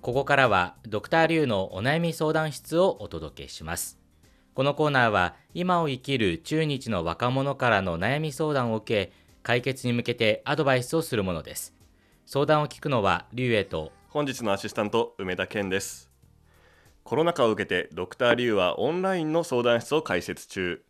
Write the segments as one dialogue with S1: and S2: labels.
S1: ここからはドクターリュウのお悩み相談室をお届けしますこのコーナーは今を生きる中日の若者からの悩み相談を受け解決に向けてアドバイスをするものです相談を聞くのはリュウエイと
S2: 本日のアシスタント梅田健ですコロナ禍を受けてドクターリュウはオンラインの相談室を開設中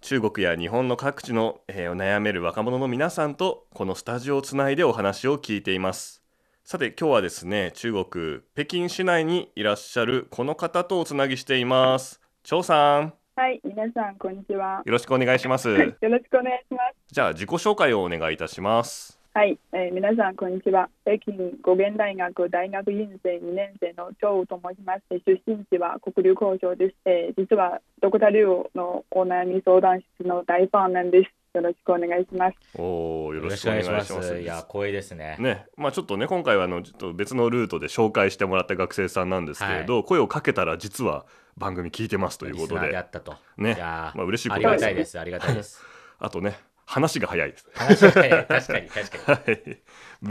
S2: 中国や日本の各地の、えー悩める若者の皆さんとこのスタジオをつないでお話を聞いていますさて今日はですね中国北京市内にいらっしゃるこの方とおつなぎしています張さん
S3: はい、皆さん、こんにちは。
S2: よろしくお願いしま
S3: はい
S2: す
S3: よろしくお願いします。
S2: じゃあ自己紹介をお願いいたします
S3: はい、えー皆さん、こんにちは。北京語源大学大学院生2年生の張と申します。えー出身地は国立交渉です。えー実は、ドクタリュウのお悩み相談室の大ファンなんです。よろしくお願いします。
S2: おおよろしくお願いします
S1: よろしくお願いしや光栄ですね
S2: ねまあ、ちょっとね今回はあのちょっと別のルートで紹介してもらった学生さんなんですけれど、声をかけたら実は番組聞いてますというこ
S1: リス
S2: と
S1: ナー
S2: で
S1: であったと
S2: ね
S1: いやー
S2: まあ、嬉しいこ
S1: あり
S2: とで
S1: が
S2: す
S1: た
S2: ね
S1: いですありがたいです
S2: あとね話が早いですね
S1: 話が早い確かに確かに
S2: はい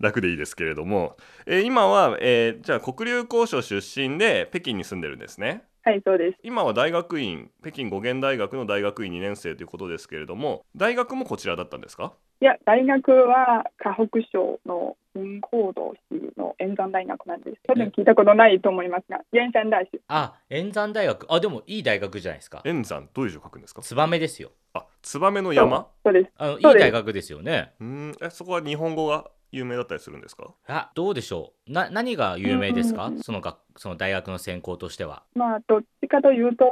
S2: 楽でいいですけれども、えー今は、えーじゃあ黒竜交渉出身で北京に住んでるんですね
S3: はい、そうです。
S2: 今は大学院北京語源大学の大学院2年生ということですけれども大学もこちらだったんですか
S3: いや、大学は、河北省の金高道市の沿山大学なんです。多分聞いたことないと思いますが、沿山大学。
S1: あ円山大学あでもいい大学じゃないですか
S2: 円山どういう字を書くんですか
S1: ツバメですよ
S2: あ燕の山
S3: そうです。
S1: あのいい
S3: そうです
S1: 大学ですよね
S2: うーんえそこは日本語が有名だったりするんですか
S1: あどうでしょうな何が有名ですか、
S3: うん
S1: その学その大学の専攻としては
S3: まあ、どっちかというと、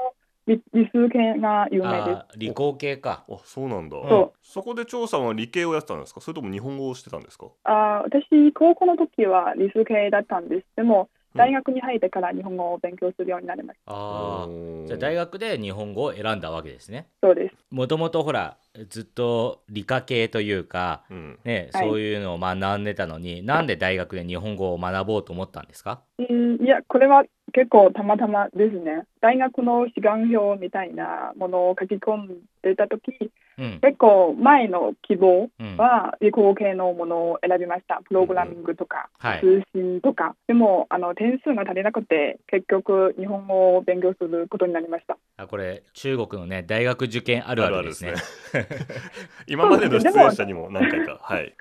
S3: 理理数系が有名です。
S1: あー理工系か
S2: あそうなんだ、
S1: そう
S2: そこで張さんは理系をやってたんですかそれとも日本語をしてたんですか
S3: あー私、高校の時は理数系だったんです。でも、
S2: うん
S3: 大学に入ってから日本語を勉強するようになりました。
S1: あー
S2: おー
S1: じゃあ大学で日本語を選んだわけですね
S3: そうです。
S1: もともとほらずっと理科系というか
S2: うん
S1: ね、
S3: はい
S1: そういうのを学んでたのになんで大学で日本語を学ぼうと思ったんですか
S3: うん、いや、これは結構たまたまですね。大学の志願表みたいなものを書き込んでた時、
S1: うん、
S3: 結構前の希望
S1: うん、
S3: は理工系のものを選びました。プログラミングとか、
S1: はい
S3: 通信とか。でも、あの、点数が足りなくて、結局、日本語を勉強することになりました。
S1: あこれ中国のね大学受験あるあるですね
S2: ある 今までの出演者にも何回かはい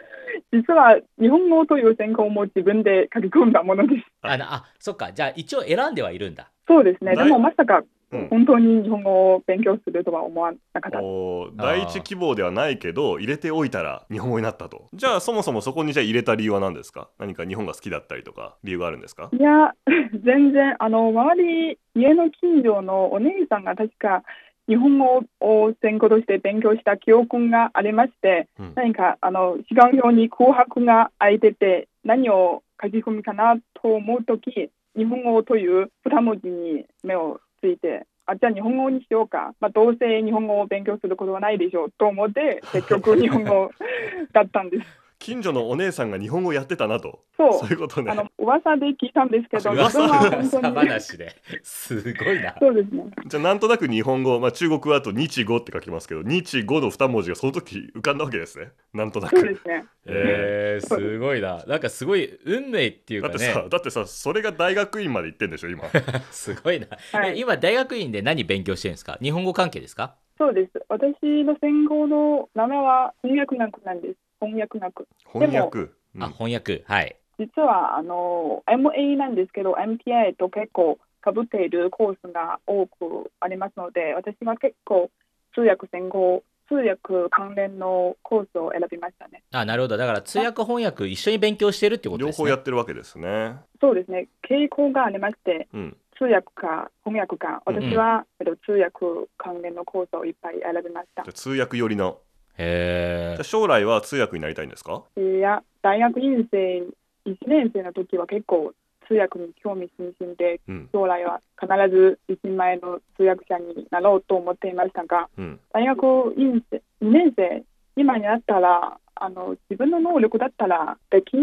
S3: 実は、日本語という専攻も自分で書き込んだものです。
S1: あのあそっかじゃあ一応選んではいるん だ
S3: そうですね。
S2: だ
S3: で
S2: い
S3: もまさか
S2: うん
S3: 本当に日本語を勉強するとは思わなかった。
S2: おー
S1: あー
S2: 第一希望ではないけど入れておいたら日本語になったとじゃあそもそもそこにじゃあ入れた理由は何ですか何か日本が好きだったりとか理由があるんですか
S3: いや、 全然、あの、周り、家の近所のお姉さんが確か日本語を専攻として勉強した記憶がありまして、
S2: うん
S3: 何か、あの、志願表に空白が空いてて、何を書き込みかなと思うとき、日本語という二文字に目をついて、あ、じゃあ日本語にしようか。まあ、どうせ日本語を勉強することはないでしょうと思って、結局日本語だったんです。
S2: 近所のお姉さんが日本語やってたなと
S3: そう
S2: そういうことね
S3: あの噂で聞いたんですけど、
S2: あ
S3: 自分は本当
S1: 噂
S3: に。
S1: 話ですごいな
S3: そうですね。
S2: じゃあなんとなく日本語、まあ、中国はあと日語って書きますけど日語の二文字がその時浮かんだわけですねなんとな
S3: そうで
S2: く
S3: すね。
S2: え
S1: えー、すごいななんかすごい運命ってい
S2: ー
S1: う
S2: だっ
S1: か
S2: て
S1: ね
S2: さだってさそれが大学院まで行ってんでしょ今
S1: すごいな、
S3: は
S1: え
S3: い。
S1: 今大学院で何勉強してるんですか日本語関係ですか
S3: そうです。私の専攻の名前は翻訳学なんです。翻訳学。
S2: 翻訳、うん
S1: あ翻訳はい
S3: 実はあの MA なんですけど、MPA と結構被っているコースが多くありますので、私は結構通訳専攻、通訳関連のコースを選びましたね。
S1: あなるほどだから通訳翻訳一緒に勉強してるってこと
S2: 両
S1: です
S2: 方
S1: ね
S2: やってるわけですね
S3: そうですね。傾向がありまして、
S2: うん
S3: 通訳か翻訳か、
S2: うん
S3: 私は、えっと通訳関連のコースをいっぱい選びました
S2: じゃあ。通訳寄りの
S1: へ
S2: じゃ
S1: え
S2: あ将来は通訳になりたいんですか
S3: いや大学院生1年生の時は結構通訳に興味津々で
S2: うん
S3: 将来は必ず一人前の通訳者になろうと思っていましたが
S2: うん
S3: 大学院生2年生今になったらあの自分の能力だったらでき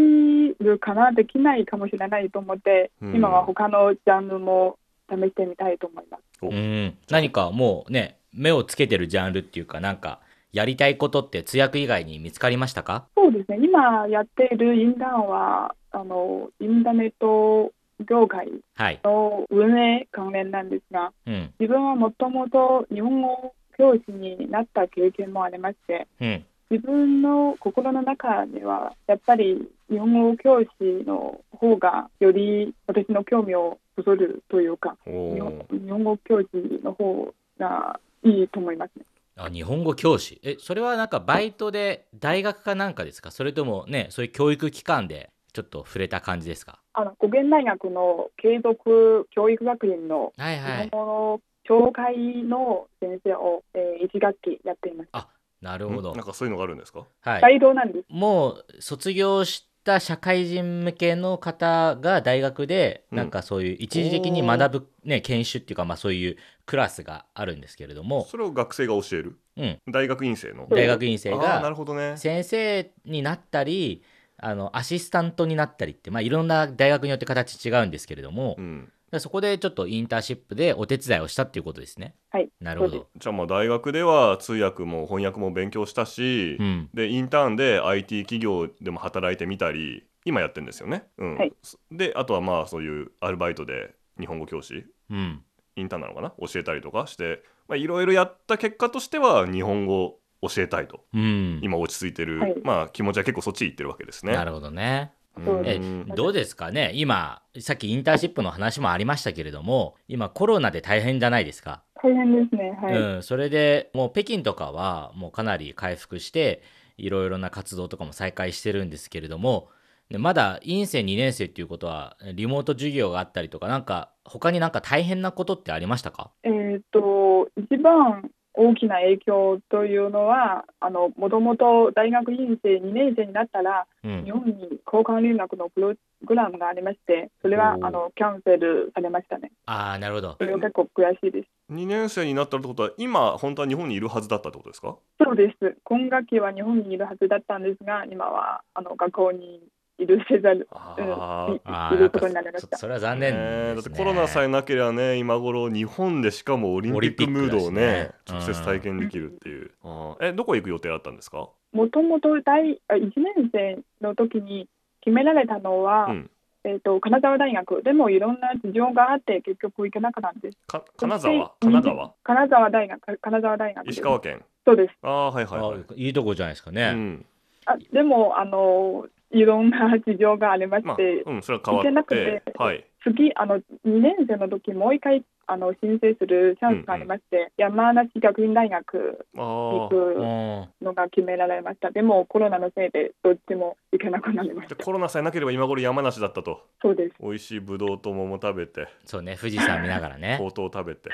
S3: るかなできないかもしれないと思って、
S2: うん
S3: 今は他のジャンルも試してみたいと思います。
S1: うん何かもうね目をつけてるジャンルっていうかなんかやりたいことって通訳以外に見つかりましたか
S3: そうですね、今やっているインターンは、あのインターネット業界
S1: はい。
S3: の運営関連なんですが、
S1: うん。
S3: 自分はもともと日本語教師になった経験もありまして、
S1: うん。
S3: 自分の心の中ではやっぱり日本語教師の方がより私の興味をそそるというか
S2: お
S3: 日
S2: お
S3: 本日本語教師の方がいいと思いますね。
S1: あ、日本語教師。え、それはなんかバイトで大学かなんかですかそれともね、そういう教育機関でちょっと触れた感じですか
S3: あの語源大学の継続教育学院の
S1: はい
S3: 日
S1: は
S3: 本
S1: い。
S3: 語の紹介の先生を、え1学期やっています。
S1: なるほど
S2: なん。かそういうのがあるんですか
S1: はい。
S3: 大道なんです。
S1: もう卒業した社会人向けの方が大学で
S2: うん
S1: なんかそういう一時的に学ぶ、ね、研修っていうか、まあ、そういうクラスがあるんですけれども、
S2: それを学生が教える
S1: うん、
S2: 大学院生の
S3: うん
S1: 大学院生
S2: あーな
S1: が
S2: るほどね
S1: 先生になったりあのアシスタントになったりって、まあ、いろんな大学によって形違うんですけれども、だか
S2: うん
S1: らそこでちょっとインターンシップでお手伝いをしたっていうことですね。
S3: はい
S1: なるほ
S3: そう
S1: ど
S3: で、
S2: じゃあまあ大学では通訳も翻訳も勉強したし、
S1: うん
S2: でインターンで IT 企業でも働いてみたり今やってるんですよね、うん
S3: はい
S2: であとはまあそういうアルバイトで日本語教師
S1: うん、
S2: インターンなのかな教えたりとかしてまあいろいろやった結果としては日本語を教えたいと
S1: うん
S2: 今落ち着いてる、
S3: はい
S2: まあ気持ちは結構そっち行ってるわけですね。
S1: なるほどね。
S2: うん
S1: えどうですかね、今、さっきインターンシップの話もありましたけれども、今、コロナで大変じゃないですか、
S3: 大変ですね。はい。
S1: うん、それでもう北京とかは、もうかなり回復して、いろいろな活動とかも再開してるんですけれども、ねまだ院生2年生っていうことは、リモート授業があったりとか、なんか、他になんか大変なことってありましたか
S3: えーっと一番大きな影響というのはあのもともと大学院生2年生になったら
S1: う
S3: 日
S1: ん、
S3: 本に交換留学のプログラムがありましてそれは
S2: おー
S3: あのキャンセルされましたね。
S1: ああ、なるほど
S3: そ。れは結構悔しいです。
S2: 2年生になったってことは今本当は日本にいるはずだったってことですか
S3: そうです。今学期は日本にいるはずだったんですが今はあの学校にいるせざる、うん
S2: あー
S3: い
S1: あ
S3: い
S1: ー
S3: ることになりまし
S1: そ
S3: た。
S1: それは残念です、ね
S2: えーだってコロナさえなければね今頃日本でしかもオリンピックムード
S1: オリ
S2: をね
S1: ンピックだしね
S2: 直接体験できるっていう、あーえどこ行く予定だったんですか、
S3: もともと大あ1年生の時に決められたのは、
S2: うん、
S3: えー、と金沢大学でもいろんな事情があって結局行けなかったんです
S2: か金沢
S3: そし
S2: 神
S3: て
S2: 奈川
S3: 金沢大学金沢大学です
S2: 石川県
S3: そうです
S2: ああはいはいはい、
S1: あいいとこじゃないですかね。
S2: うん
S3: あでもあのいろんな事情がありまして、
S2: まあうん、それは変わ
S3: 行けな
S2: っ
S3: く
S2: て
S3: て
S2: はい
S3: 次あの2年生の時もう一回あの申請するチャンスがありまして、山梨学院大学
S2: あ
S3: に
S2: ー
S3: 行く
S1: うん
S3: のが決められましたでもコロナのせいでどっちも行けなくなりまし
S2: じ
S3: た
S2: ゃあコロナさえなければ今頃山梨だったと
S3: そうです
S2: 美味しいぶどうと桃食べて
S1: そうね、富士山見ながらね
S2: ほ、うとう食べて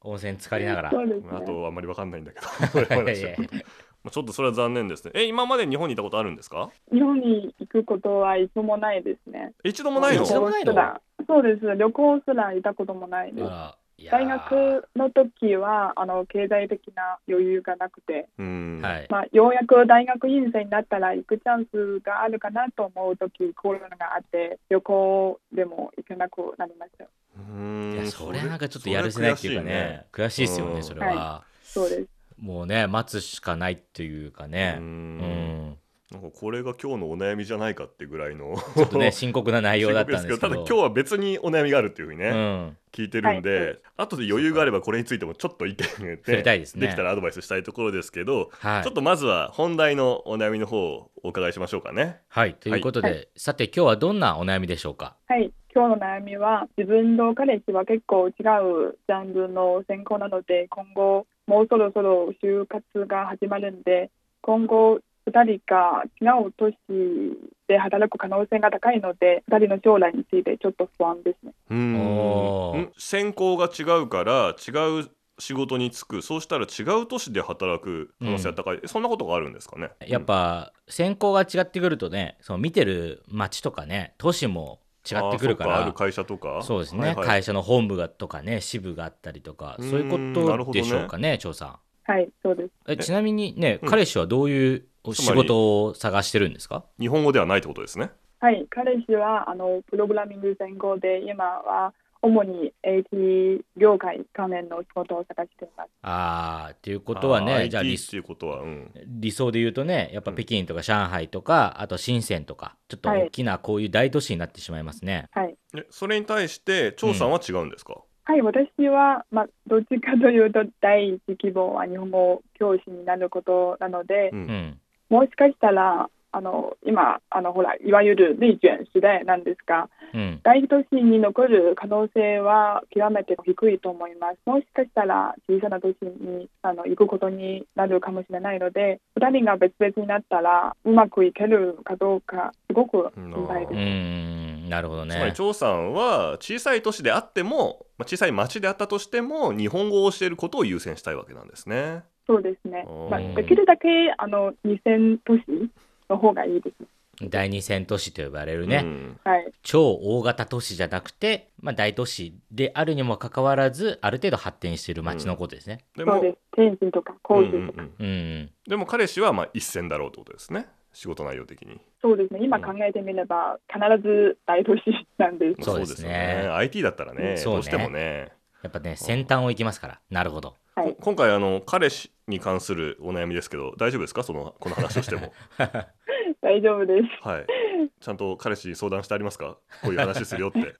S1: 温泉浸かりながら。
S3: そうですね
S2: あとあんまりわかんないんだけど
S1: い
S2: 山
S1: やい
S2: 梨
S1: やいや
S2: まあちょっとそれは残念ですねえ今まで日本にいたことあるんですか
S3: 日本に行くことは一度もないですね
S2: 一度もないの
S1: 一度もないの
S3: 旅行すらそうです旅行すらいたこともないです
S1: あらいやー
S3: 大学の時はあの経済的な余裕がなくて、
S2: うん
S1: はい。
S3: まあ、ようやく大学院生になったら行くチャンスがあるかなと思う時コロナがあって旅行でも行けなくなりました
S2: うーん
S1: いやそれはなんかちょっとやるせないっていうかね、悔しいですよ
S2: う
S1: ね、
S2: ん
S1: それは。
S3: そうです
S1: もうね、待つしかないっていうか
S2: それ悔しいねう
S1: ね、うんん、
S2: なんかこれが今日のお悩みじゃないかってぐらいの
S1: ちょっとね、 深刻な内容だったんですけ
S2: ただ
S1: ど
S2: 今日、は別にお悩みがあるっていうふうにね、
S1: うん、
S2: 聞いてるんで、
S3: はいは
S2: 後で余裕があればこれについてもちょっと意見を
S1: 触れたいですね
S2: できたらアドバイスしたいところですけど、
S1: はい
S2: ちょっとまずは本題のお悩みの方をお伺いしましょうかね。
S1: はい、ということで、
S3: は
S1: さて今日はどんなお悩みでしょうか。
S3: はい今日の悩みは自分と彼氏は結構違うジャンルの専攻なので今後もうそろそろ就活が始まるんで今後2人が違う都市で働く可能性が高いので2人の将来についてちょっと不安ですね。
S2: う
S1: おー
S2: ん専攻が違うから違う仕事に就くそうしたら違う都市で働く可能性が高い、えそんなことがあるんですかね
S1: やっぱ専攻が違ってくるとね、その見てる街とかね、都市も違ってくるか
S2: あーそっあ
S1: ら
S2: る。会社とか
S1: そうですね、
S2: はいはい
S1: 会社の本部がとかね支部があったりとか
S2: う
S1: そ
S2: ー
S1: うんいう
S2: なる
S1: こ
S2: ほ
S1: と
S2: どね
S1: でしょうかね張さん
S3: はいそうです
S1: えちなみにね、
S2: うん
S1: 彼氏はどういうお
S2: つ
S1: 仕
S2: まり
S1: 事を探してるんですか
S2: 日本語ではないってことですね。
S3: はい、彼氏はあのプログラミング専攻で今は主に IT 業界関連の仕事を探しています。
S1: ああということは
S2: あー
S1: ねじゃあ理
S2: IT っていうことは、うん、
S1: 理想で言うとねやっぱ
S2: うん
S1: 北京とか上海とか、あと深センとかちょっと
S3: はい
S1: 大きなこういう大都市になってしまいますね、
S3: はい、
S2: えそれに対して張さんは違うんですか、
S3: はい、私は、まあ、どっちかというと、第一希望は日本語教師になることなので、
S2: うん
S1: うん、
S3: もしかしたら、あの今あの、ほら、いわゆる内卷時代なんですが、
S1: うん、
S3: 大都市に残る可能性は極めて低いと思います。もしかしたら小さな都市にあの行くことになるかもしれないので、二人が別々になったらうまくいけるかどうかすごく心配
S1: う
S3: です。
S1: ん、なるほど
S2: つまり
S1: ね。
S2: 張さんは小さい都市であっても、まあ、小さい町であったとしても日本語を教えることを優先したいわけなんですね。
S3: そうですね
S2: お。ー
S3: まあ、できるだけあの2000都市の方がいいです。
S1: 第二線都市と呼ばれるね、
S2: うん
S3: はい。
S1: 超大型都市じゃなくて、まあ、大都市であるにもかかわらず、ある程度発展している町のことですね。
S2: で
S3: そう
S2: も
S3: です。天津とか高知
S2: うんうん
S3: とか。
S2: うん
S1: うん、
S2: でも彼氏はまあ一線だろうってことですね仕事内容的に。
S3: そうですね。今考えてみれば必ず大都市なんです。
S1: そうですね
S2: まあよ IT だったらね、
S1: うんそうね
S2: どうしてもね。
S1: やっぱね、先端を行きますから。なるほ ど。
S3: はい。
S2: 今回あの彼氏に関するお悩みですけど大丈夫ですかその この話をしても
S3: 大丈夫です。
S2: はいちゃんと彼氏に相談してありますかこういう話するよ って、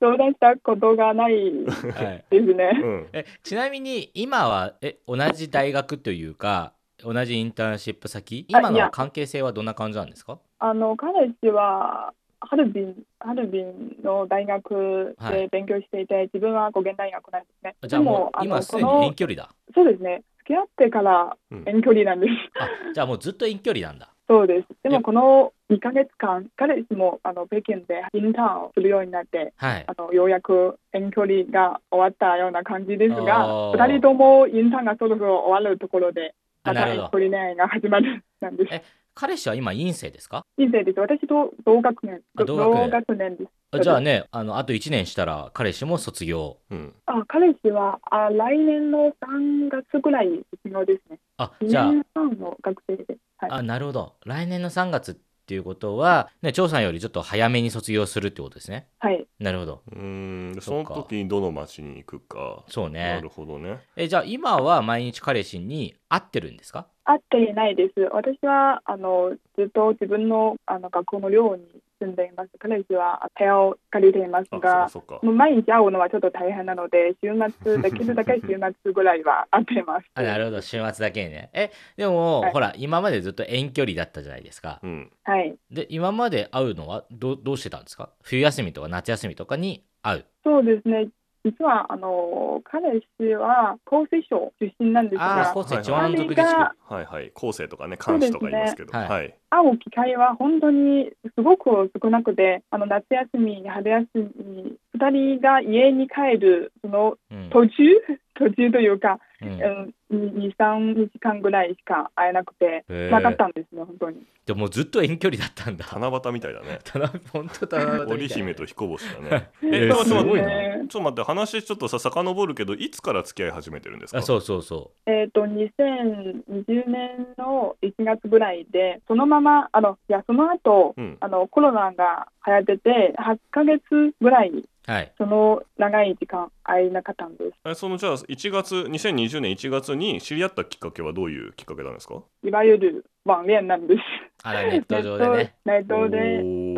S3: 相談したことがない
S1: はい
S3: ですね。
S2: うん、
S1: えちなみに今はえ同じ大学というか同じインターンシップ先
S3: あ
S1: 今
S3: い
S1: の
S3: や
S1: 関係性はどんな感じなんですか
S3: あの彼氏はハルビンハルビンの大学
S1: はい
S3: で勉強していて、自分は語源大学なんですね。
S1: じゃあもう
S3: で
S1: 今
S3: あの
S1: すで
S3: この
S1: に遠距離だ
S3: そうですね。付き合ってから
S2: うん
S3: 遠距離なんです。
S1: あじゃあもうずっと遠距離なんだ
S3: そうです。で
S1: え
S3: もこの2ヶ月間、彼氏もあの北京でインターンをするようになって、
S1: はい
S3: あのようやく遠距離が終わったような感じですが、
S1: あー
S3: 2人ともインターンがそろそろ終わるところで、
S1: あ
S3: ま
S1: な
S3: た
S1: る
S3: 遠
S1: ほ
S3: 距
S1: ど
S3: 離恋愛が始まるなんです。
S1: 彼氏は今院生ですか
S3: 人生です。私と同学年、
S1: あ同学年
S3: 学年です。
S1: あじゃあねあのあと1年したら彼氏も卒業
S2: うん、
S3: あ彼氏はあ来年の3月ぐらい卒業ですね。
S1: あ
S3: 2
S1: じゃ
S3: 年半の学生で。
S1: あ
S3: は
S1: あ
S3: い、
S1: なるほど来年の3月っていうことはね張さんよりちょっと早めに卒業するってことですね
S3: はい、
S1: なるほど
S2: うんでそ
S1: そっ
S2: の
S1: か
S2: 時にどの町に行くか
S1: そう
S2: な
S1: ね
S2: るほどね
S1: えじゃあ今は毎日彼氏に会ってるんですか。
S3: 会っていないです。私はあのずっと自分のあの学校の寮に住んでいます。彼氏はあ部屋を借りています
S2: あ
S3: が、
S2: そうかそうか
S3: もう毎日会うのはちょっと大変なので、週末、できるだけ週末ぐらいは会ってます
S1: あなるほど週末だけにねえでも、
S3: はい
S1: ほら今までずっと遠距離だったじゃないですか
S2: うん
S3: はい、
S1: で今まで会うのはどどうしてたんですか冬休みとか夏休みとかに会う
S3: そうですね。実はあの彼氏は江西省出身なんです
S1: ああ
S3: が
S1: スポ、ーツ
S2: はい
S1: 一
S2: はい
S1: 番族自治区
S3: あ
S2: はいはい後世とかね監視とか言いますけど
S1: そうですね
S2: はい
S3: 会う機会は本当にすごく少なくて、あの夏休み、春休み、2人が家に帰るその
S1: うん
S3: 途中、 途中というか、
S1: うん
S3: うん、2、3時間ぐらいしか会えなくて、
S1: へー
S3: なかったんですね、本当に。
S1: でもずっと遠距離だったんだ
S2: 七夕みたいだね
S1: ただ本当だ
S2: 織姫と彦星だねえ
S1: えー
S2: ちょっと待
S1: す
S2: って
S1: ごいな
S3: ね
S2: ちょっと待って話ちょっとさ遡るけどいつから付き合い始めてるんですか
S1: あそうそうそ
S3: えっと2020年の1月ぐらいで、そのまま、あのいやその後、
S2: うん
S3: あのコロナが流行ってて、8ヶ月ぐらい、
S1: うはい
S3: その長い時間会えなかったんです。
S2: えそのじゃあ1月2020年1月に知り合ったきっかけはどういうきっかけなんですか
S3: いわゆる晩恋なんです。
S1: あらネット上でね
S3: ネットで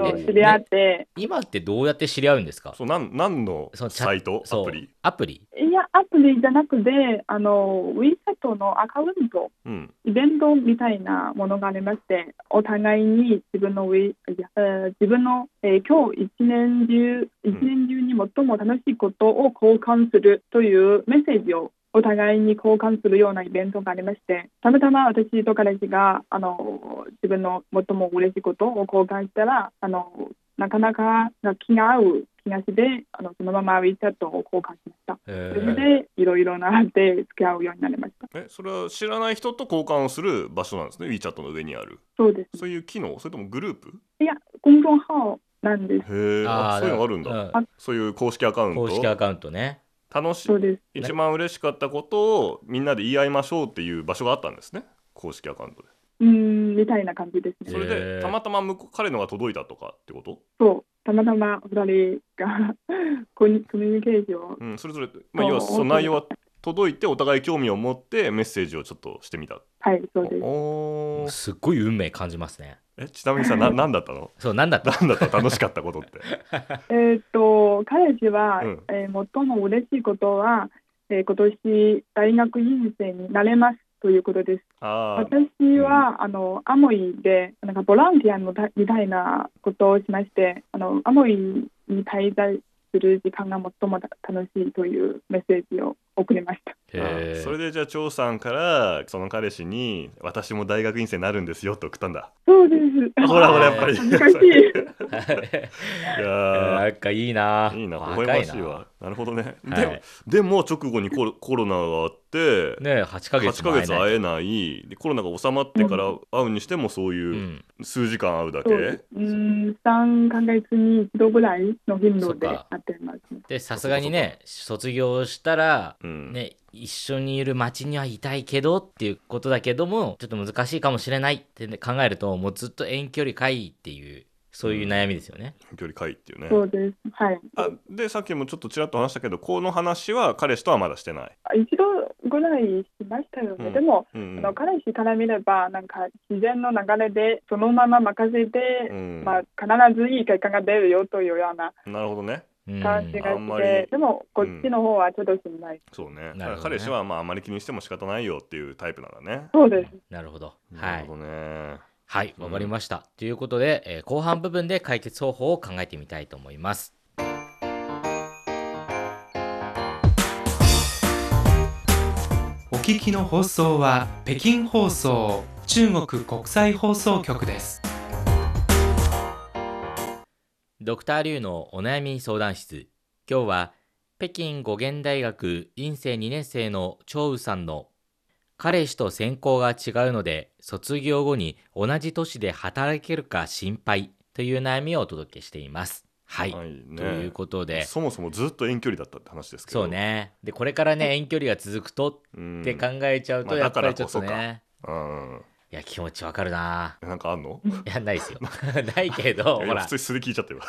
S2: お
S3: そ
S2: ー
S3: う知り合って、
S1: 今ってどうやって知り合うんですか
S2: そうなん何の
S1: そうチャ
S2: サイト
S1: そう
S2: アプリ
S1: アプリ
S3: いや、アプリじゃなくて、あの、WeChat のアカウント、
S2: うん
S3: イベントみたいなものがありまして、お互いに自分の We、いやえー自分の、えー今日一年中、一年中に最も楽しいことを交換するというメッセージをお互いに交換するようなイベントがありまして、たまたま私と彼氏が、あの、自分の最も嬉しいことを交換したら、あの、なかなか気が合う気がして、あのそのまま WeChat を交換しました。
S1: え
S3: それ
S1: ー
S3: でいろいろなで付き合うようになりました。
S2: えそれは知らない人と交換をする場所なんですね WeChat の上にある
S3: そうです
S2: そ
S3: ね。
S2: ういう機能それともグループ
S3: いや、公众号なんです。
S2: へえ
S1: あー
S2: そういうのあるんだ、
S1: う
S2: そういう公式アカウント
S1: 公式アカウントね
S2: 楽しい
S3: そうです。
S2: 一番嬉しかったことをみんなで言い合いましょうっていう場所があったんですね公式アカウントで
S3: うーん、みたいな感じです
S1: へ
S2: そ
S1: え
S3: ね。
S2: れでたまたま向こう彼のが届いたとかってこと、
S3: そう、たまたま二人がコミコミュニケーションを。
S2: うん、それぞれ、まあ、
S3: そう
S2: 要はその内容は届いてお互い興味を持ってメッセージをちょっとしてみた
S3: はい、そうです。
S2: おー
S1: すっごい運命感じますね
S2: えちなみにさな何だったの
S1: そうなんだった
S2: 何だった楽しかったことって
S3: えーっと、の彼氏は、
S2: うん
S3: えー最も嬉しいことは、えー今年大学院生になれますということです。
S2: あー
S3: 私は、あのアモイでなんかボランティアのたみたいなことをしまして、あのアモイに滞在する時間が最も楽しいというメッセージを送りました。
S2: あーそれでじゃあ張さんからその彼氏に「私も大学院生になるんですよ」と送ったんだ
S3: そうです。
S2: あほらほらやっぱり
S3: 恥ず かしい。
S2: い
S1: な
S2: や
S1: んかいいな
S2: ーいいな微
S1: 若
S2: 笑ましいわなるほどね、
S1: はい
S2: でもでも直後にコロコロナがあって、
S1: ね8ヶ月
S2: 8
S1: も
S2: ヶ
S1: 会え
S2: 月
S1: ない
S2: 会えないでコロナが収まってから会うにしてもそう
S1: う
S2: いうん数時間会うだけ、
S3: そうですうん、3ヶ月に一度ぐらいの頻
S1: そ
S3: 度
S1: っ
S3: で
S1: か
S3: 会ってます。
S1: でさすがにね卒業したら
S2: うん
S1: ね、一緒にいる町にはいたいけどっていうことだけどもちょっと難しいかもしれないってね考えるともうずっと遠距離かいっていうそういう悩みですよね。
S2: 距離かいっていうね
S3: そうです。はい。
S2: あでさっきもちょっとちらっと話したけどこの話は彼氏とはまだしてない、
S3: 一度ぐらいしましたよね。
S2: うん
S3: でも、
S2: うん
S3: あの彼氏から見れば、なんか自然の流れで、そのまま任せ
S2: う
S3: て、
S2: ん
S3: まあ、必ずいい結果が出るよというような
S2: なるほどね
S1: うん
S3: 感じが
S2: あ
S3: し
S2: んま
S3: て、
S2: り
S3: でも、こっちの方はちょっと心配。
S2: そうね
S1: なるほどね
S2: 彼氏はまああまり気にしても仕方ないよっていうタイプなんだね
S3: そうです。
S1: なるほど。は
S2: ないるほ。どね
S1: はい、
S2: うん
S1: わかりました。ということで、えー後半部分で解決方法を考えてみたいと思います。
S4: お聞きの放送は北京放送中国国際放送局です。
S1: ドクターリュウのお悩み相談室。今日は北京語源大学院生2年生の張宇さんの彼氏と専攻が違うので卒業後に同じ都市で働けるか心配という悩みをお届けしています。はい。
S2: はいね
S1: ということで、
S2: そもそもずっと遠距離だったって話ですけど
S1: そうね。で、これからね、遠距離が続くと
S2: うん
S1: って考えちゃうと、
S2: まあ
S1: やっぱりちょ
S2: だか
S1: っ
S2: らこ
S1: と
S2: そか
S1: ね、
S2: うん
S1: いや、気持ちわかるな
S2: なんかあんの
S1: いや、ない ですよ。ないけど、ほ
S2: いや
S1: ら
S2: 普通。に素で聞いちゃっ てる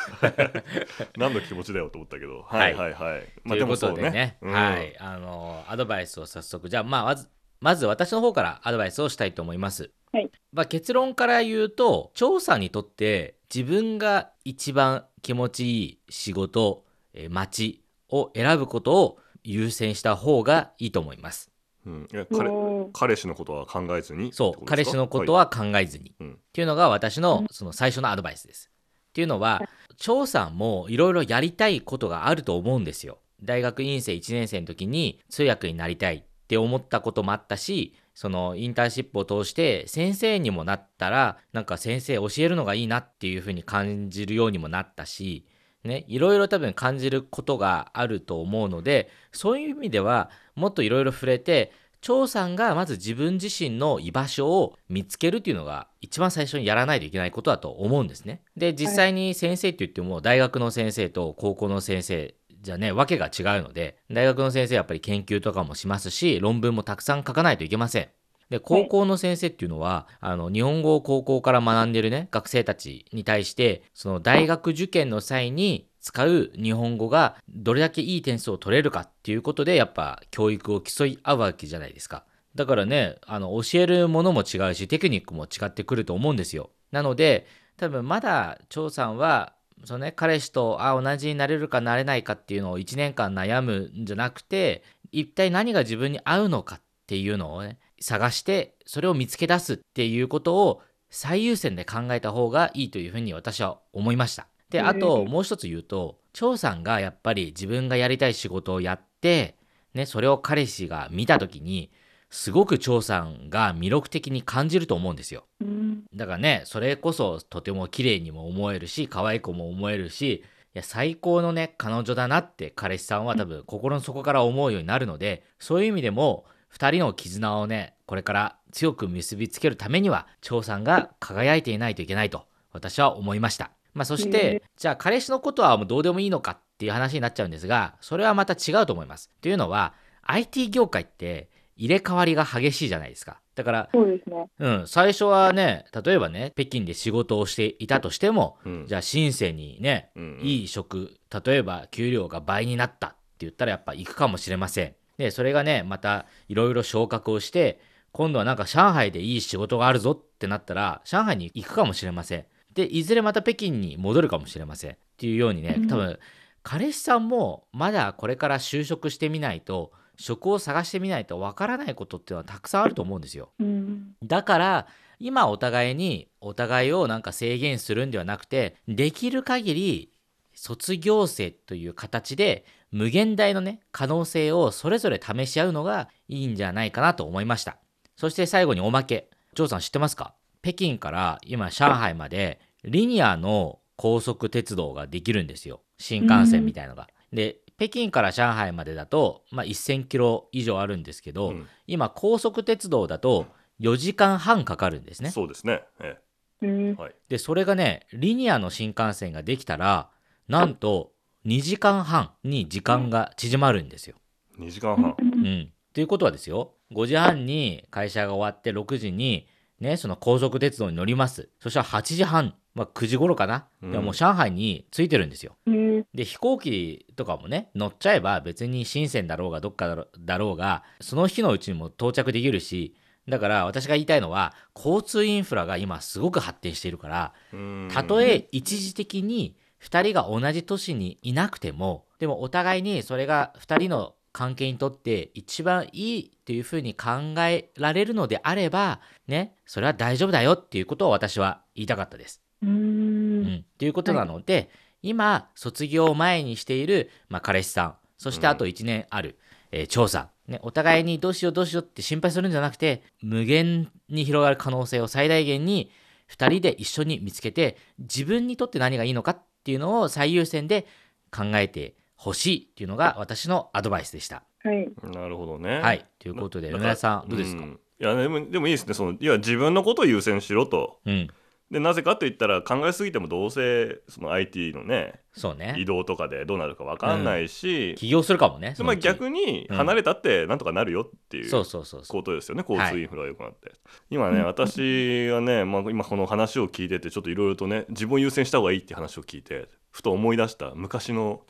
S2: 何の気持ちだよと思ったけどはいはいはい
S1: ということでね、
S2: うん
S1: はい、あのアドバイスを早速、じゃあ、まあ、まず、まず私の方からアドバイスをしたいと思います。
S3: はい
S1: まあ、結論から言うと、調査にとって、自分が一番気持ちいい仕事、えー街を選ぶことを優先した方がいいと思います。
S2: うんいや彼
S3: もう
S2: 彼氏のことは考えずに
S1: そう、彼氏のこと、は考えずに、
S2: うん
S1: っていうのが私のその最初のアドバイスです。っていうのは、張さんもいろいろやりたいことがあると思うんですよ。大学院生1年生の時に通訳になりたいって思ったこともあったし、そのインターンシップを通して先生にもなったら、なんか先生教えるのがいいなっていうふうに感じるようにもなったし、ね、いろいろ多分感じることがあると思うので、そういう意味ではもっといろいろ触れて、張さんがまず自分自身の居場所を見つけるっていうのが一番最初にやらないといけないことだと思うんですね。で実際に先生って言っても大学の先生と高校の先生じゃねわけが違うので大学の先生はやっぱり研究とかもしますし論文もたくさん書かないといけません。で高校の先生っていうのは、あの日本語を高校から学んでるね学生たちに対してその大学受験の際に使う日本語がどれだけいい点数を取れるかっていうことでやっぱ教育を競い合うわけじゃないですか。だからねあの教えるものも違うしテクニックも違ってくると思うんですよ。なので多分まだ張さんはそのね彼氏とあ同じになれるかなれないかっていうのを1年間悩むんじゃなくて一体何が自分に合うのかっていうのをね探してそれを見つけ出すっていうことを最優先で考えた方がいいというふうに私は思いました。であと
S3: うん
S1: もう一つ言うと張さんがやっぱり自分がやりたい仕事をやって、ね、それを彼氏が見た時にすごく張さんが魅力的に感じると思うんですよ。
S3: うん
S1: だからねそれこそとても綺麗にも思えるし可愛くも思えるしいや最高のね彼女だなって彼氏さんは多分心の底から思うようになるのでそういう意味でも2人の絆をねこれから強く結びつけるためには張さんが輝いていないといけないと私は思いました。まあ、そして、じゃあ彼氏のことはもうどうでもいいのかっていう話になっちゃうんですがそれはまた違うと思います。というのは IT 業界って入れ替わりが激しいじゃないですか。だから
S3: そうですね。
S1: うん、最初はね例えばね北京で仕事をしていたとしても
S2: うん
S1: じゃあ深センにね、
S2: うんうん
S1: いい職例えば給料が倍になったって言ったらやっぱ行くかもしれませんでそれがねまたいろいろ昇格をして今度はなんか上海でいい仕事があるぞってなったら上海に行くかもしれませんでいずれまた北京に戻るかもしれませんっていうようにね
S3: うん
S1: 多分彼氏さんもまだこれから就職してみないと職を探してみないとわからないことっていうのはたくさんあると思うんですよ。
S3: うん
S1: だから今お互いにお互いをなんか制限するんではなくてできる限り卒業生という形で無限大のね可能性をそれぞれ試し合うのがいいんじゃないかなと思いましたそして最後におまけジョーさん知ってますか北京から今上海までリニアの高速鉄道ができるんですよ新幹線みたいのが、で北京から上海までだと、まあ、1000キロ以上あるんですけど、
S2: うん
S1: 今高速鉄道だと4時間半かかるんですね
S2: そうですね、え
S3: うん
S2: えはい、
S1: でそれがねリニアの新幹線ができたらなんと2時間半に時間が縮まるんですよ。
S2: 2時間半
S1: うん、ということはですよ5時半に会社が終わって6時に、ね、その高速鉄道に乗りますそしたら8時半、まあ、9時頃かな、
S2: うん
S1: でももう上海に着いてるんですよ。
S3: うん
S1: で飛行機とかもね乗っちゃえば別に深センだろうがどっかだろだろうがその日のうちにも到着できるしだから私が言いたいのは交通インフラが今すごく発展しているから
S2: うん
S1: たとえ一時的に2人が同じ都市にいなくてもでもお互いにそれが2人の関係にとって一番いいっていうふうに考えられるのであればねそれは大丈夫だよっていうことを私は言いたかったです。
S3: う
S1: うんん、ということなので、今卒業を前にしている、まあ、彼氏さんそしてあと1年ある、えー長さん、ね、お互いにどうしようどうしようって心配するんじゃなくて無限に広がる可能性を最大限に2人で一緒に見つけて自分にとって何がいいのかっていうのを最優先で考えてほしいっていうのが私のアドバイスでした。
S3: はい
S2: なるほどね
S1: はい、ということで
S2: だ
S1: 梅
S2: から
S1: 田さんどうですか、
S2: んいやでもでもいいですねそのいや自分のことを優先しろと
S1: うん、
S2: でなぜかと言ったら考えすぎてもどうせその IT のね
S1: そう
S2: 移
S1: ね
S2: 動とかでどうなるか分かんないし、
S1: 起業するかもね。
S2: つまり
S1: そのうち
S2: 逆に
S1: うん
S2: 離れたってなんとかなるよっていう
S1: そうそうそうそう
S2: ことですよね、
S1: い
S2: 交通インフラが良くなって、今ね私はね、まあ、今この話を聞いててちょっといろいろとね自分を優先した方がいいって話を聞いてふと思い出した昔の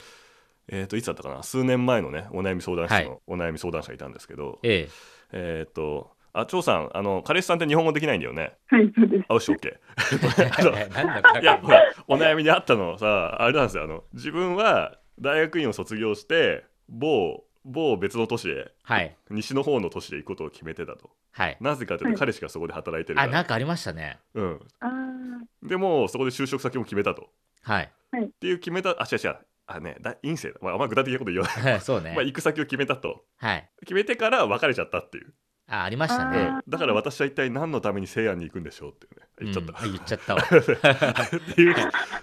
S2: えー、といつだったかな数年前のねお悩み相談室
S1: は
S2: のお悩み相談者がいたんですけど、
S1: ええ
S2: えっ、とあ張さんあの彼氏さんって日本語できないんだよね
S3: はいそうです
S2: あうし OK あの
S1: なんだか
S2: いやほらお悩みにあったのさあれなんですよあの自分は大学院を卒業して某某別の都市へ
S1: はい
S2: 西の方の都市へ行くことを決めてたと
S1: はい
S2: なぜかという
S3: は
S2: と
S3: い
S2: 彼氏がそこで働いてるか
S1: あ
S2: ら、
S1: なんかありましたね
S2: うん、
S3: ああ
S2: でもうそこで就職先も決めたとっ
S1: はい
S2: ていう決めたあ違う違うあねだ院生だ、まあ、あんま具体的なこと言わな い、
S1: そうね
S2: まあ、行く先を決めたと
S1: はい
S2: 決めてから別れちゃったっていう、
S1: あありました
S2: う
S1: ね
S2: ん、だから私は一体何のために西安に行くんでしょうっていうね言っちゃった、
S1: うん言っちゃったわ
S2: っていうっ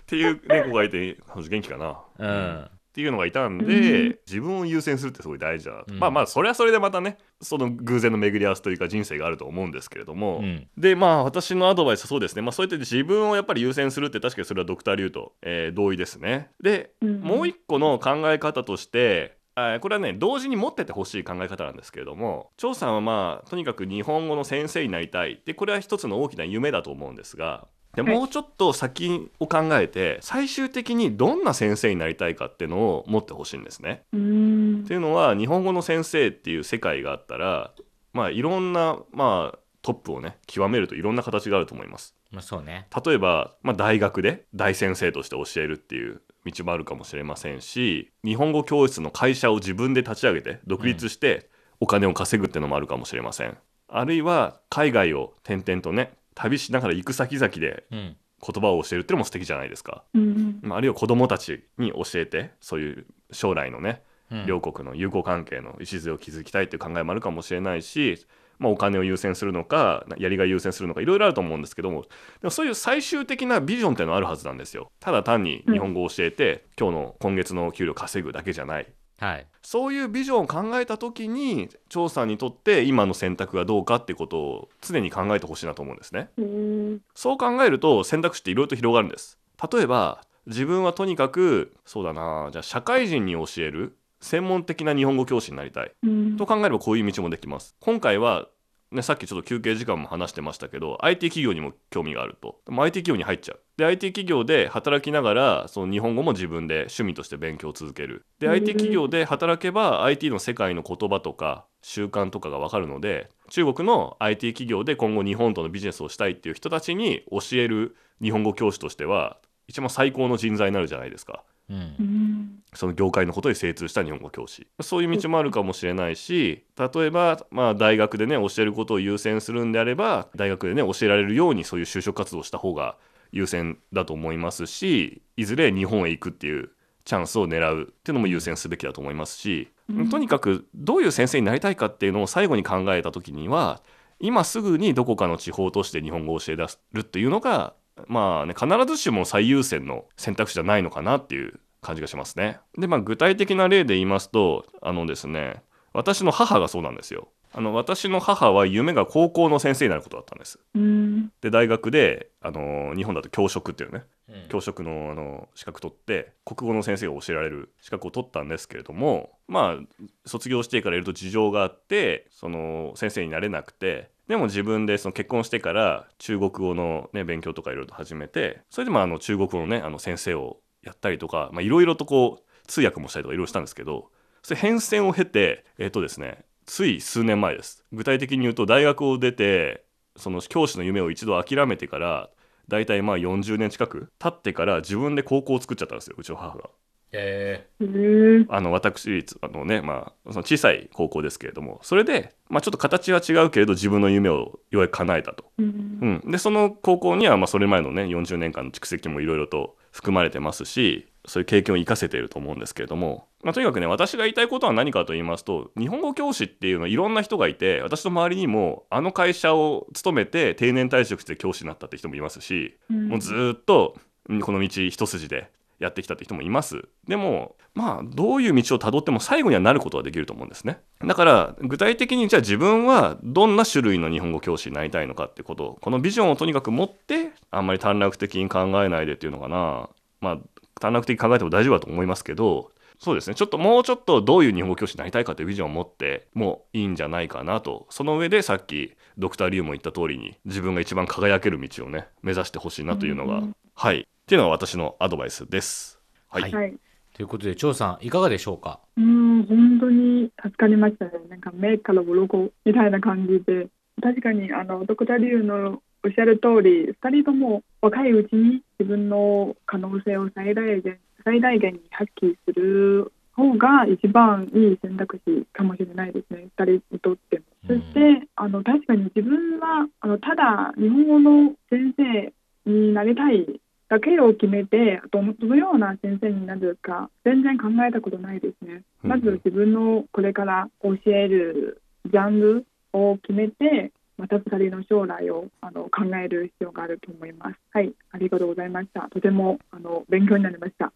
S2: ていう猫がいて元気かな、
S1: うん
S2: っていうのがいたんで、
S3: うん
S2: 自分を優先するってすごい大事だなと、
S1: うん
S2: まあまあそれはそれでまたねその偶然の巡り合わせというか人生があると思うんですけれども、
S1: うん
S2: でまあ私のアドバイスはそうですね、まあ、そうやって自分をやっぱり優先するって確かにそれはドクター・リュウと、えー同意ですねで
S3: うん
S2: もう一個の考え方としてあーこれはね同時に持っててほしい考え方なんですけれども張さんはまあとにかく日本語の先生になりたいでこれは一つの大きな夢だと思うんですがで
S3: はい
S2: もうちょっと先を考えて最終的にどんな先生になりたいかっていうのを持ってほしいんですね。
S3: うん
S2: っていうのは日本語の先生っていう世界があったらまあいろんなまあトップをね極めるといろんな形があると思います。
S1: まあそうね
S2: 例えば、まあ、大学で大先生として教えるっていう道もあるかもしれませんし日本語教室の会社を自分で立ち上げて独立してお金を稼ぐっていうのもあるかもしれません、あるいは海外を転々とね旅しながら行く先々で
S1: うん
S2: 言葉を教えるっていうのも素敵じゃないですか、
S3: うん
S2: まあ、あるいは子どもたちに教えてそういう将来のね
S1: うん
S2: 両国の友好関係の礎を築きたいっていう考えもあるかもしれないし、まあ、お金を優先するのかやりがい優先するのかいろいろあると思うんですけどもでもそういう最終的なビジョンっていうのはあるはずなんですよただ単に日本語を教えて、今日の今月の給料稼ぐだけじゃない
S1: はい
S2: そういうビジョンを考えた時に張さんにとって今の選択がどうかってことを常に考えてほしいなと思うんですね。
S3: うん
S2: そう考えると選択肢っていろいろと広がるんです。例えば自分はとにかくそうだなじゃあ社会人に教える専門的な日本語教師になりたい
S3: うん
S2: と考えればこういう道もできます。今回はね、さっきちょっと休憩時間も話してましたけど IT 企業にも興味があるとでも IT 企業に入っちゃうで IT 企業で働きながらその日本語も自分で趣味として勉強を続けるで
S3: うん
S2: IT 企業で働けば IT の世界の言葉とか習慣とかが分かるので中国の IT 企業で今後日本とのビジネスをしたいっていう人たちに教える日本語教師としては一番最高の人材になるじゃないですか
S1: う
S3: うんん
S2: その業界のことに精通した日本語教師そういう道もあるかもしれないし例えば、まあ、大学でね教えることを優先するんであれば大学でね教えられるようにそういう就職活動をした方が優先だと思いますしいずれ日本へ行くっていうチャンスを狙うっていうのも優先すべきだと思いますし、
S3: うん
S2: とにかくどういう先生になりたいかっていうのを最後に考えた時には今すぐにどこかの地方として日本語を教え出するっていうのがまあね必ずしも最優先の選択肢じゃないのかなっていう感じがしますね。でまあ具体的な例で言いますとあのですね私の母がそうなんですよ。あの私の母は夢が高校の先生になることだったんです。
S3: うん
S2: で大学であの日本だと教職っていうね
S1: うん
S2: 教職のあの資格取って国語の先生が教えられる資格を取ったんですけれどもまあ卒業してからいると事情があってその先生になれなくてでも自分でその結婚してから中国語の、ね、勉強とかいろいろと始めてそれでまああの中国語のねあの先生をやったりとかまあいろいろとこう通訳もしたりとかいろいろしたんですけどそれ変遷を経てえっ、とですねつい数年前です具体的に言うと大学を出てその教師の夢を一度諦めてから大体まあ40年近く経ってから自分で高校を作っちゃったんですようちの母が。
S1: え
S3: へえ
S2: あの私立あのね、まあ、その小さい高校ですけれどもそれで、まあ、ちょっと形は違うけれど自分の夢をようやく叶えたと。
S3: うん
S2: うん、でその高校にはまあそれ前のね40年間の蓄積もいろいろと含まれてますしそういう経験を生かせていると思うんですけれども、まあ、とにかくね私が言いたいことは何かと言いますと日本語教師っていうのはいろんな人がいて私の周りにもあの会社を勤めて定年退職して教師になったって人もいますしもうずーっとうんこの道一筋でやってきたって人もいますでもまあどういう道をたどっても最後にはなることはできると思うんですねだから具体的にじゃあ自分はどんな種類の日本語教師になりたいのかってことをこのビジョンをとにかく持ってあんまり短絡的に考えないでっていうのかなまあ短絡的に考えても大丈夫だと思いますけどそうですねちょっともうちょっとどういう日本語教師になりたいかというビジョンを持ってもいいんじゃないかなとその上でさっきドクター・リュウも言った通りに自分が一番輝ける道をね目指してほしいなというのが、
S3: うん
S2: はいっていうのが私のアドバイスです。はい、
S1: はい
S3: はい
S1: ーということで張さんいかがでしょうか
S3: うん本当に助かりましたねなんか目から鱗みたいな感じで確かにあのドクターリュウのおっしゃる通り2人とも若いうちに自分の可能性を最大限最大限に発揮する方が一番いい選択肢かもしれないですね2人にとっても。そして、あの確かに自分はあのただ日本語の先生になりたいだけを決めてどのどのような先生になるか全然考えたことないですね。
S2: うん
S3: まず自分のこれから教えるジャンルを決めてまた二人の将来をあの考える必要があると思います。はい、ありがとうございました。とてもあの勉強になりました。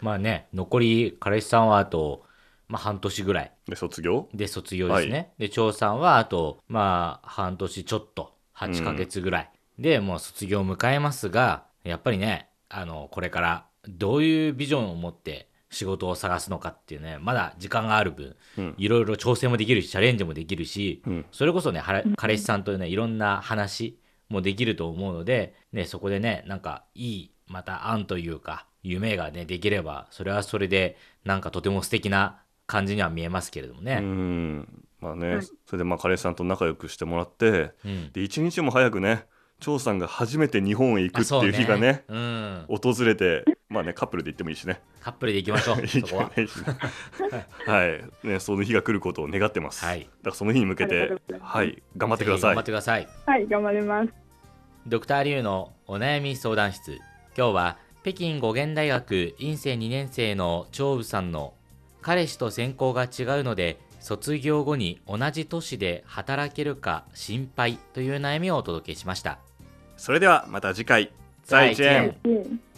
S1: まあね残り彼氏さんはあと、まあ、半年ぐらい
S2: で卒業
S1: で卒業ですね、で長さんはあとまあ半年ちょっと8ヶ月ぐらい、でもう卒業を迎えますがやっぱりねあのこれからどういうビジョンを持って仕事を探すのかっていうねまだ時間がある分
S2: うん
S1: いろいろ挑戦もできるしチャレンジもできるし
S2: うん
S1: それこそねはら彼氏さんとねいろんな話もできると思うので、ね、そこでねなんかいいまた案というか夢がねできればそれはそれでなんかとても素敵な感じには見えますけれどもね。
S2: うんまあね、
S3: はい
S2: それでまあ彼氏さんと仲良くしてもらって
S1: うん
S2: で一日も早くね張さんが初めて日本へ行く
S1: あ
S2: って
S1: そ
S2: いう日がね
S1: うん、
S2: 訪れてまあねカップルで行ってもいいしね
S1: カップルで行きましょ う
S2: いい
S1: そ
S2: じ
S1: こ
S2: ゃ
S1: は
S2: ないしね はいねその日が来ることを願ってます、
S1: はい
S2: だからその日に向け
S3: ありが
S2: て
S3: とうございます
S2: はい頑張ってくだ
S1: ぜ
S2: さ
S1: ひ頑張っ
S2: い
S1: てください
S3: はい、頑張ります。
S1: ドクターリュウのお悩み相談室今日は北京語源大学院生2年生の張宇さんの彼氏と専攻が違うので卒業後に同じ都市で働けるか心配という悩みをお届けしました
S2: それではまた次回再见
S3: うん